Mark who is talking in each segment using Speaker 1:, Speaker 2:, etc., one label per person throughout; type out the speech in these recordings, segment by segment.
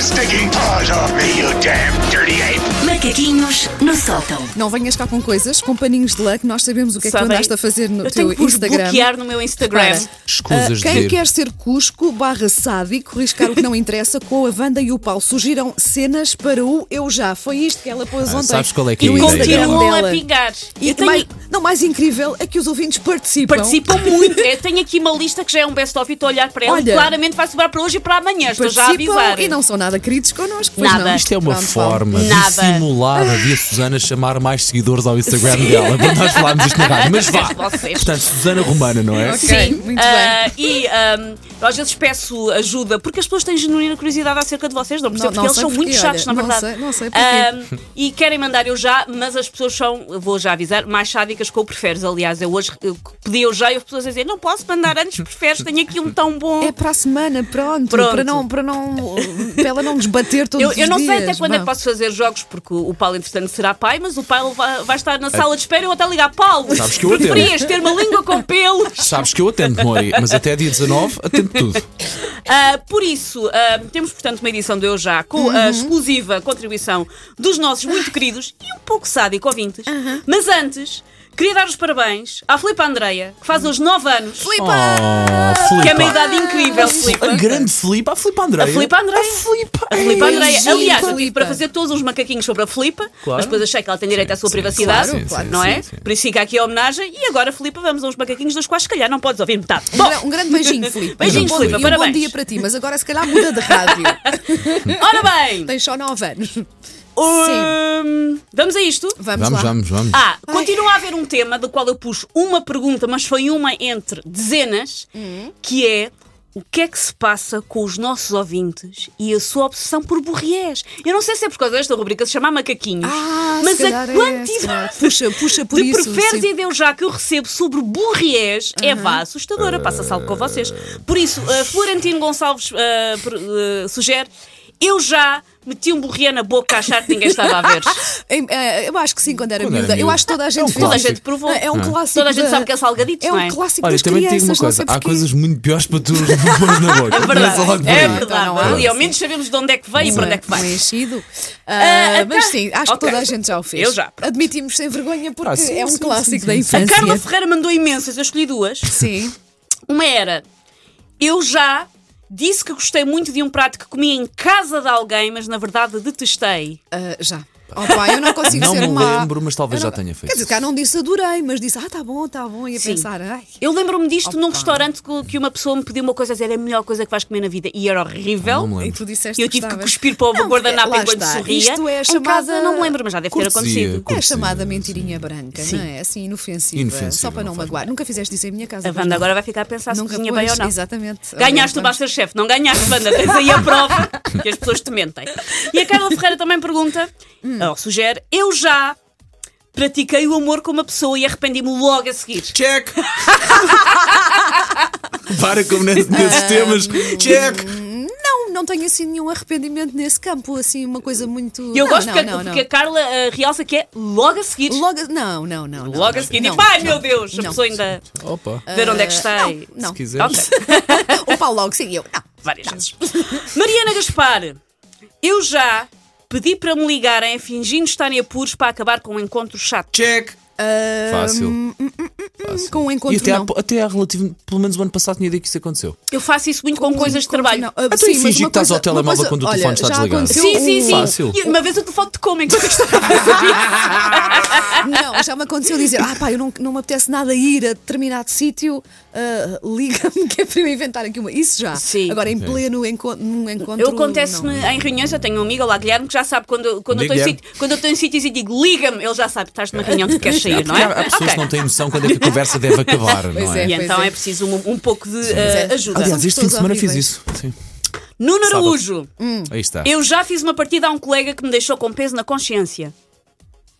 Speaker 1: stinking paws off me, you damn dirty ape!
Speaker 2: Macaquinhos no sótão.
Speaker 3: Não venhas cá com coisas, com paninhos de lã, que nós sabemos o que é que tu
Speaker 4: Sabem,
Speaker 3: andaste a fazer no
Speaker 4: eu
Speaker 3: teu
Speaker 4: tenho que vos
Speaker 3: Instagram.
Speaker 4: bloquear no meu Instagram.
Speaker 3: Repara.
Speaker 5: Escusas
Speaker 3: Ah,
Speaker 5: de
Speaker 4: é
Speaker 3: quem
Speaker 5: ver.
Speaker 3: quer ser Cusco barra sádico, riscar o que não interessa, com a Wanda e o Paulo surgiram cenas para o Eu Já. Foi isto que ela pôs
Speaker 5: Ah,
Speaker 3: ontem.
Speaker 5: sabes qual é que
Speaker 3: no
Speaker 5: é a ideia
Speaker 3: Instagram
Speaker 4: Continuam
Speaker 3: dela.
Speaker 4: a pingar.
Speaker 3: E
Speaker 4: eu tenho,
Speaker 3: mais, não, mais incrível é que os ouvintes participam.
Speaker 4: Participam muito. Eu tenho aqui uma lista que já é um best-of e estou a olhar para ela
Speaker 3: Olha.
Speaker 4: e claramente vai sobrar para hoje e para amanhã. Estou já a
Speaker 3: Participam
Speaker 4: avisar.
Speaker 3: e não são nada queridos connosco. pois
Speaker 4: Nada.
Speaker 3: não.
Speaker 5: Isto é uma
Speaker 3: Pronto, Paulo.
Speaker 5: forma
Speaker 4: Nada.
Speaker 5: dissimulada de a Susana chamar mais seguidores ao Instagram dela. Para nós falarmos isto na rádio. Mas vá.
Speaker 4: Vocês.
Speaker 5: Portanto, Susana Romana, não é?
Speaker 3: Ok,
Speaker 4: Sim,
Speaker 3: muito
Speaker 4: ah, e ah, eu às vezes peço ajuda porque as pessoas têm genuína curiosidade acerca de vocês, não percebo,
Speaker 3: Não- não
Speaker 4: porque eles
Speaker 3: sei
Speaker 4: são muito
Speaker 3: porquê,
Speaker 4: chatos,
Speaker 3: olha,
Speaker 4: na
Speaker 3: não
Speaker 4: verdade.
Speaker 3: sei- não sei porquê.
Speaker 4: Ah, e querem mandar eu já, mas as pessoas são, vou já avisar, mais sádicas que eu preferes. Aliás, eu hoje eu pedi eu já e as pessoas a dizer: não posso mandar antes, preferes, tenho aqui um tão bom.
Speaker 3: É para a semana, pronto.
Speaker 4: Pronto.
Speaker 3: Para, não, para, não, para ela não nos bater todos
Speaker 4: Eu,
Speaker 3: os
Speaker 4: eu não sei
Speaker 3: dias,
Speaker 4: até quando é que
Speaker 3: vá.
Speaker 4: posso fazer jogos, porque o o Paulo, entretanto, será pai, mas o Paulo vai, vai estar na sala de espera e eu até ligar Paulo.
Speaker 5: Ah. Sabes que eu atendo.
Speaker 4: preferias ter uma língua com pelos.
Speaker 5: Sabes que eu atendo, Mori, mas até dia 19 atendo tudo. Oh,
Speaker 4: Ah, por isso, ah, temos, portanto, uma edição do Eu Já com a
Speaker 3: Uhum.
Speaker 4: exclusiva contribuição dos nossos muito queridos e um pouco sádico ouvintes.
Speaker 3: Uhum.
Speaker 4: Mas antes, queria dar os parabéns à Filipa Andreia, que faz hoje 9 anos,
Speaker 5: Oh,
Speaker 4: que é uma
Speaker 5: Filipa.
Speaker 4: idade incrível, Filipa.
Speaker 5: A grande Filipa, a Filipa André.
Speaker 4: A Filipa Andreia.
Speaker 5: Filipa.
Speaker 4: A Filipa Andreia.
Speaker 3: Sim,
Speaker 4: Aliás, eu tive
Speaker 3: Filipa.
Speaker 4: para fazer todos os macaquinhos sobre a Filipa,
Speaker 5: Claro.
Speaker 4: mas depois achei que ela tem direito à sua
Speaker 5: Sim,
Speaker 4: privacidade,
Speaker 5: claro, claro.
Speaker 4: não é?
Speaker 5: Sim, sim.
Speaker 4: Por isso fica aqui a homenagem. E agora, Filipa, vamos a uns macaquinhos dos quais, se calhar, não podes ouvir metade.
Speaker 3: Um
Speaker 4: Bom,
Speaker 3: gra- Um grande beijinho, Filipe.
Speaker 4: Beijinho,
Speaker 3: E um bom-
Speaker 4: Filipe,
Speaker 3: e um
Speaker 4: parabéns.
Speaker 3: bom dia para ti, mas agora se calhar muda de rádio.
Speaker 4: ora bem,
Speaker 3: Tens só 9 anos.
Speaker 4: hum, vamos a isto?
Speaker 3: Vamos,
Speaker 5: Vamos,
Speaker 3: lá.
Speaker 5: vamos, vamos.
Speaker 4: Ah, continua a haver um tema do qual eu pus uma pergunta, mas foi uma entre dezenas,
Speaker 3: Hum.
Speaker 4: que é o que é que se passa com os nossos ouvintes e a sua obsessão por burriés? Eu não sei se é por causa desta rubrica se chamar macaquinhos,
Speaker 3: Ah,
Speaker 4: mas
Speaker 3: se
Speaker 4: a
Speaker 3: calhar é, se calhar.
Speaker 4: quantidade
Speaker 3: Puxa, puxa por
Speaker 4: de
Speaker 3: isso.
Speaker 4: preferes
Speaker 3: sim.
Speaker 4: e Deus já que eu recebo sobre burriés é vá assustadora,
Speaker 3: Eh,
Speaker 4: passa-se algo com vocês. Por isso, uh, Florentino Gonçalves ah, per- ah, sugere, eu já meti um burrié na boca a achar que ninguém estava a ver.
Speaker 3: Em- eh, Eu acho que sim, quando era
Speaker 5: Quando era
Speaker 3: miúda. Eu
Speaker 5: miúda.
Speaker 3: acho que toda a
Speaker 5: um
Speaker 3: gente fez.
Speaker 4: Toda a
Speaker 5: Clássico. Ah.
Speaker 4: gente provou.
Speaker 3: É um clássico.
Speaker 4: Toda a gente
Speaker 3: da-
Speaker 4: sabe que é salgaditos,
Speaker 3: É
Speaker 4: não é?
Speaker 3: um clássico
Speaker 5: Olha,
Speaker 3: das
Speaker 5: também
Speaker 3: crianças.
Speaker 5: te digo uma
Speaker 3: não
Speaker 5: coisa:
Speaker 3: sei
Speaker 5: há
Speaker 3: porquê.
Speaker 5: coisas muito piores para tu pôr na boca.
Speaker 4: É
Speaker 5: Começa logo
Speaker 4: verdade,
Speaker 5: por
Speaker 4: é
Speaker 5: aí.
Speaker 4: verdade.
Speaker 3: Então não há.
Speaker 4: E ao menos sabemos de onde é que veio e para onde é que
Speaker 3: Um
Speaker 4: vai.
Speaker 3: enchido. Ah,
Speaker 4: Ah,
Speaker 3: mas
Speaker 4: tá.
Speaker 3: sim, acho que
Speaker 4: Ok.
Speaker 3: toda a gente já o fez.
Speaker 4: Eu já.
Speaker 3: Admitimos sem vergonha porque
Speaker 5: Ah, sim,
Speaker 3: é um
Speaker 5: sim,
Speaker 3: clássico
Speaker 5: sim, sim,
Speaker 3: da
Speaker 5: sim.
Speaker 4: A
Speaker 3: infância.
Speaker 4: Carla Ferreira mandou imensas, eu escolhi duas.
Speaker 3: Sim.
Speaker 4: Uma era, eu já disse que gostei muito de um prato que comi em casa de alguém, mas na verdade detestei.
Speaker 3: Ah, já. Oh, pá, eu não consigo
Speaker 5: Não
Speaker 3: ser
Speaker 4: é
Speaker 5: me
Speaker 3: má.
Speaker 5: lembro, mas talvez já tenha
Speaker 3: Quer
Speaker 5: feito.
Speaker 3: dizer, cá não disse adorei, mas disse, ah, tá bom, tá bom. E a
Speaker 4: Sim.
Speaker 3: pensar, ai.
Speaker 4: Eu lembro-me disto num
Speaker 3: Opa.
Speaker 4: restaurante que- que uma pessoa me pediu uma coisa a dizer, é a melhor coisa que vais comer na vida. E era horrível.
Speaker 5: Não me
Speaker 3: E
Speaker 5: lembro.
Speaker 3: tu disseste
Speaker 4: é E eu tive que
Speaker 3: gostavas.
Speaker 4: cuspir para o
Speaker 3: é Não, é,
Speaker 4: guardanapo
Speaker 3: lá
Speaker 4: enquanto
Speaker 3: está.
Speaker 4: sorria.
Speaker 3: Isto é
Speaker 4: Em
Speaker 3: chamada-
Speaker 4: casa não me lembro, mas já deve ter
Speaker 5: Cortesia.
Speaker 3: É
Speaker 4: acontecido.
Speaker 3: a
Speaker 5: Curtinha,
Speaker 3: chamada mentirinha branca, não é? Assim, inofensiva.
Speaker 5: Inofensiva,
Speaker 3: só para não,
Speaker 5: não faz
Speaker 3: magoar. Nunca fizeste isso em minha casa.
Speaker 4: A
Speaker 3: pois não?
Speaker 4: Wanda agora vai ficar a pensar se
Speaker 3: Nunca
Speaker 4: cozinha bem ou
Speaker 3: pois,
Speaker 4: não.
Speaker 3: Exatamente.
Speaker 4: Ganhaste o
Speaker 3: Agora,
Speaker 4: Masterchef, não ganhaste, Wanda, tens aí a prova que as pessoas te mentem. E a Carla Ferreira também pergunta,
Speaker 3: Hum.
Speaker 4: ou sugere, eu já pratiquei o amor com uma pessoa e arrependi-me logo a seguir.
Speaker 5: Check! Para com nesses
Speaker 3: É.
Speaker 5: temas. Check!
Speaker 3: Não, não tenho assim nenhum arrependimento nesse campo, assim, uma coisa muito.
Speaker 4: E eu
Speaker 3: não,
Speaker 4: gosto
Speaker 3: não,
Speaker 4: porque, a-
Speaker 3: não, não.
Speaker 4: porque a Carla ah, realça que é logo a seguir.
Speaker 3: Logo, a- não, não, não. não,
Speaker 4: Logo
Speaker 3: não,
Speaker 4: a seguir.
Speaker 3: não,
Speaker 4: tipo, ai meu
Speaker 3: não,
Speaker 4: Deus, a
Speaker 3: não.
Speaker 4: pessoa ainda
Speaker 5: Opa!
Speaker 4: ver onde é que está. e-
Speaker 3: Ah, Não.
Speaker 5: Se quiseres.
Speaker 3: o Paulo logo ah, seguiu. Não.
Speaker 4: Várias vezes. Mariana Gaspar, eu já pedi para me ligarem fingindo estarem apuros para acabar com um encontro chato.
Speaker 5: Check!
Speaker 3: hum,
Speaker 5: Fácil. Fácil.
Speaker 3: Com o encontro,
Speaker 5: e até,
Speaker 3: não.
Speaker 5: Há, até há relativo, pelo menos o ano passado tinha ideia que isso aconteceu.
Speaker 4: Eu faço isso muito com coisas de trabalho.
Speaker 3: Não, ah,
Speaker 5: Então,
Speaker 3: sim,
Speaker 5: e
Speaker 3: mas
Speaker 5: finge
Speaker 3: uma
Speaker 5: que estás
Speaker 3: coisa-
Speaker 5: ao telemóvel
Speaker 3: uma coisa-
Speaker 5: quando o telefone
Speaker 3: olha,
Speaker 5: está
Speaker 3: já
Speaker 5: desligado.
Speaker 3: aconteceu
Speaker 4: Sim, sim,
Speaker 3: um-
Speaker 4: sim.
Speaker 5: Fácil.
Speaker 4: E uma vez o telefone tocou-me enquanto eu estava a fazer isso.
Speaker 3: Não, já me aconteceu dizer, ah pá, eu não, não me apetece nada ir a determinado sítio, ah, liga-me que é para eu inventar aqui uma. Isso já.
Speaker 4: Sim.
Speaker 3: Agora, em pleno enco num encontro.
Speaker 4: Eu acontece-me em reuniões, eu tenho um amigo lá, Guilherme, que já sabe quando, eu- quando, eu, estou em
Speaker 5: Guilherme.
Speaker 4: sítio- quando eu estou em sítios e digo liga-me, ele já sabe que estás numa reunião que queres
Speaker 5: Há,
Speaker 4: sair, não
Speaker 5: porque
Speaker 4: é?
Speaker 5: há- há pessoas
Speaker 4: Ok.
Speaker 5: que não têm noção quando é que a conversa deve acabar, não é?
Speaker 4: E
Speaker 3: Pois
Speaker 4: então
Speaker 3: é.
Speaker 4: é preciso um, um pouco de eh, ajuda.
Speaker 3: Aliás,
Speaker 5: Aliás,
Speaker 3: São
Speaker 5: este fim de
Speaker 3: pessoas
Speaker 5: semana fiz
Speaker 3: horríveis.
Speaker 5: isso. Sim.
Speaker 4: Nuno
Speaker 5: sábado.
Speaker 4: Araújo,
Speaker 3: Hum.
Speaker 5: Aí está.
Speaker 4: eu já fiz uma partida a um colega que me deixou com peso na consciência.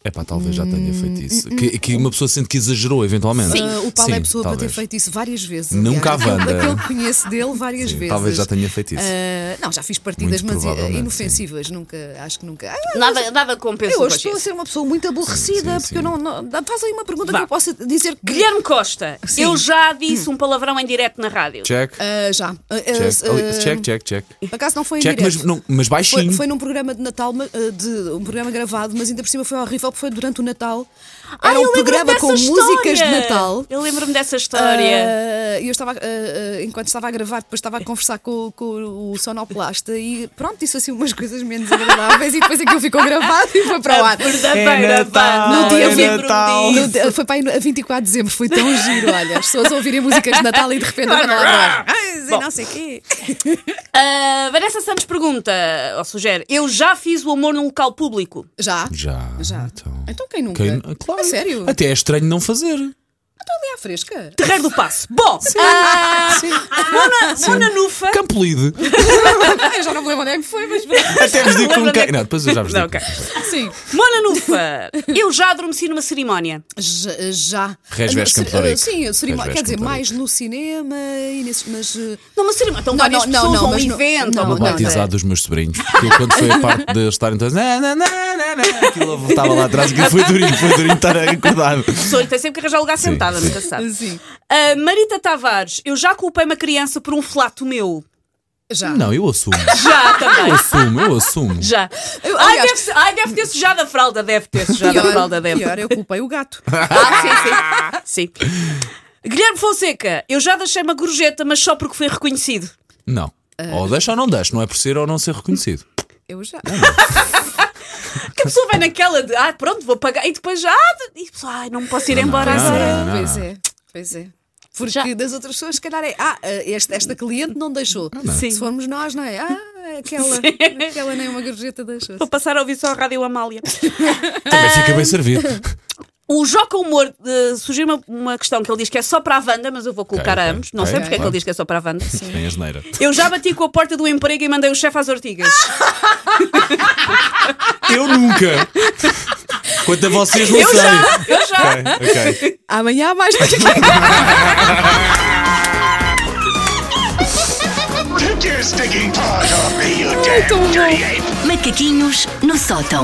Speaker 5: É pá, talvez já tenha
Speaker 3: Hum,
Speaker 5: feito isso. Que, que uma pessoa sente que exagerou, eventualmente.
Speaker 4: Sim.
Speaker 3: Ah, o Paulo é
Speaker 5: Sim,
Speaker 3: pessoa para ter
Speaker 5: talvez.
Speaker 3: feito isso várias vezes.
Speaker 5: Nunca
Speaker 3: aliás.
Speaker 5: a Wanda.
Speaker 3: Aquele que conheço dele várias
Speaker 5: Sim,
Speaker 3: vezes.
Speaker 5: talvez já tenha feito isso.
Speaker 3: Ah, não, já fiz partidas,
Speaker 5: Muito né?
Speaker 3: mas eh,
Speaker 5: provavelmente,
Speaker 3: inofensivas. Nunca, acho que nunca. Ah,
Speaker 4: Nada, nada compensa
Speaker 3: eu hoje
Speaker 4: hoje assim.
Speaker 3: estou a
Speaker 4: isso.
Speaker 3: ser uma pessoa muito aborrecida,
Speaker 5: Sim, sim,
Speaker 3: porque eu
Speaker 5: sim.
Speaker 3: não. não faz aí uma pergunta
Speaker 4: Vá.
Speaker 3: que eu possa dizer que.
Speaker 4: Guilherme Costa,
Speaker 3: Sim.
Speaker 4: eu já disse um palavrão em direto na rádio.
Speaker 5: Check,
Speaker 3: Ah, já. Ah, ah,
Speaker 5: check, ali-
Speaker 3: ah,
Speaker 5: check, check, check.
Speaker 3: Por acaso não foi em
Speaker 5: Check,
Speaker 3: direto.
Speaker 5: mas, não, mas baixinho.
Speaker 3: Foi, foi num programa de Natal, ma- eh, de, um programa gravado, mas ainda por cima foi horrível porque foi durante o Natal.
Speaker 4: Ah,
Speaker 3: Era
Speaker 4: eu
Speaker 3: um
Speaker 4: lembro-me
Speaker 3: programa
Speaker 4: dessa
Speaker 3: com músicas de
Speaker 4: história.
Speaker 3: Natal.
Speaker 4: Eu lembro-me dessa história.
Speaker 3: Ah, E eu estava, ah, ah, enquanto estava a gravar, depois estava a conversar com, com o sonoplasta e pronto, disse assim umas coisas menos agradáveis e depois aquilo ficou gravado e foi para o
Speaker 4: A
Speaker 3: ar.
Speaker 4: Ah, verdadeira banda.
Speaker 3: No dia
Speaker 4: Eu lembro-me
Speaker 3: 20, no
Speaker 4: disso.
Speaker 3: dia- foi para aí no- a 24 de dezembro, foi tão giro. Olha, as pessoas a ouvirem músicas de Natal e de repente agora lá atrás. Ai,
Speaker 4: Bom.
Speaker 3: não sei o quê.
Speaker 4: Ah, Vanessa Santos pergunta, ou sugere, eu já fiz o amor num local público.
Speaker 3: Já?
Speaker 5: Já.
Speaker 3: Já.
Speaker 5: Então,
Speaker 3: Então quem nunca?
Speaker 5: quem- claro.
Speaker 3: A sério? Então
Speaker 5: Até é estranho não fazer.
Speaker 3: Ali à fresca.
Speaker 4: Terreiro do Passo. Bom, ah, Mona, Mona Nufa.
Speaker 5: Campo Lide.
Speaker 3: eu já não me lembro onde é que foi, mas
Speaker 5: Até vos digo com
Speaker 4: Lembra-me-
Speaker 5: quem. Não, depois eu já vos
Speaker 4: Não,
Speaker 5: digo.
Speaker 4: ok.
Speaker 3: sim.
Speaker 4: Mona Nufa, eu já adormeci numa cerimónia.
Speaker 3: Já. já.
Speaker 5: Res vés
Speaker 3: No-
Speaker 5: Campo Tórico.
Speaker 3: Sim, eu seria-
Speaker 5: Res vés
Speaker 3: quer dizer,
Speaker 5: Campo
Speaker 3: mais no cinema e nesses. Mas. eh,
Speaker 4: Numa cerimónia. Então
Speaker 3: Não,
Speaker 4: várias
Speaker 3: não, não,
Speaker 4: pessoas
Speaker 3: não,
Speaker 4: a um
Speaker 3: mas não-
Speaker 4: evento.
Speaker 3: não,
Speaker 4: a uma
Speaker 3: não,
Speaker 5: O
Speaker 4: coisa.
Speaker 5: batizado dos meus sobrinhos. Porque quando foi a parte de estarem todos. "Nã, nã, nã, nã, nã", Aquilo eu estava lá atrás. Aquilo foi durinho, foi durinho estar acordado.
Speaker 4: Pessoa tem sempre que arranjar lugar sentada,
Speaker 5: sim.
Speaker 4: nunca se sabe.
Speaker 3: Sim.
Speaker 4: Ah, Marita Tavares, eu já culpei uma criança por um flato meu.
Speaker 3: Já.
Speaker 5: Não, eu assumo.
Speaker 4: Já
Speaker 5: Eu
Speaker 4: também.
Speaker 5: assumo, eu assumo.
Speaker 4: Já.
Speaker 3: Eu,
Speaker 4: Ai,
Speaker 3: aliás,
Speaker 4: deve, ai, deve ter sujado a fralda, deve ter sujado a fralda,
Speaker 3: Pior,
Speaker 4: deve.
Speaker 3: pior, é eu culpei o gato.
Speaker 4: Ah, sim, sim. sim. Guilherme Fonseca, eu já deixei uma gorjeta, mas só porque foi reconhecido.
Speaker 5: Não. Ou deixa ou não deixa, não é por ser ou não ser reconhecido.
Speaker 3: Eu já.
Speaker 4: Que a pessoa vai naquela de, ah, pronto, vou pagar, e depois já, ah, de- e, ai, não me posso ir embora
Speaker 5: não,
Speaker 4: agora.
Speaker 5: não.
Speaker 3: Pois é, pois é. Porque
Speaker 4: Já.
Speaker 3: das outras pessoas, se calhar é. Ah, esta, esta cliente não deixou.
Speaker 4: Sim.
Speaker 3: Se formos nós, não é? Ah, aquela, aquela nem uma gorjeta deixou.
Speaker 4: Vou passar a ouvir só a Rádio Amália.
Speaker 5: Também fica bem servido.
Speaker 4: O Joca Humor eh, surgiu uma, uma questão que ele diz que é só para a Wanda, mas eu vou colocar
Speaker 5: Ok,
Speaker 4: a
Speaker 5: ok,
Speaker 4: ambos. Não
Speaker 5: ok,
Speaker 4: sei porque é que
Speaker 5: claro.
Speaker 4: ele diz que é só para a Wanda.
Speaker 5: Tem a geneira.
Speaker 4: Eu já bati com a porta do emprego e mandei o chefe às ortigas.
Speaker 5: Eu nunca. Quanto a vocês, não
Speaker 4: Eu
Speaker 5: sei.
Speaker 4: já, eu já.
Speaker 5: Ok, ok.
Speaker 3: Amanhã há mais.
Speaker 1: Take your stinking paws off me, you damn
Speaker 3: Tão bom.
Speaker 1: dirty ape!
Speaker 2: Macaquinhos no sótão.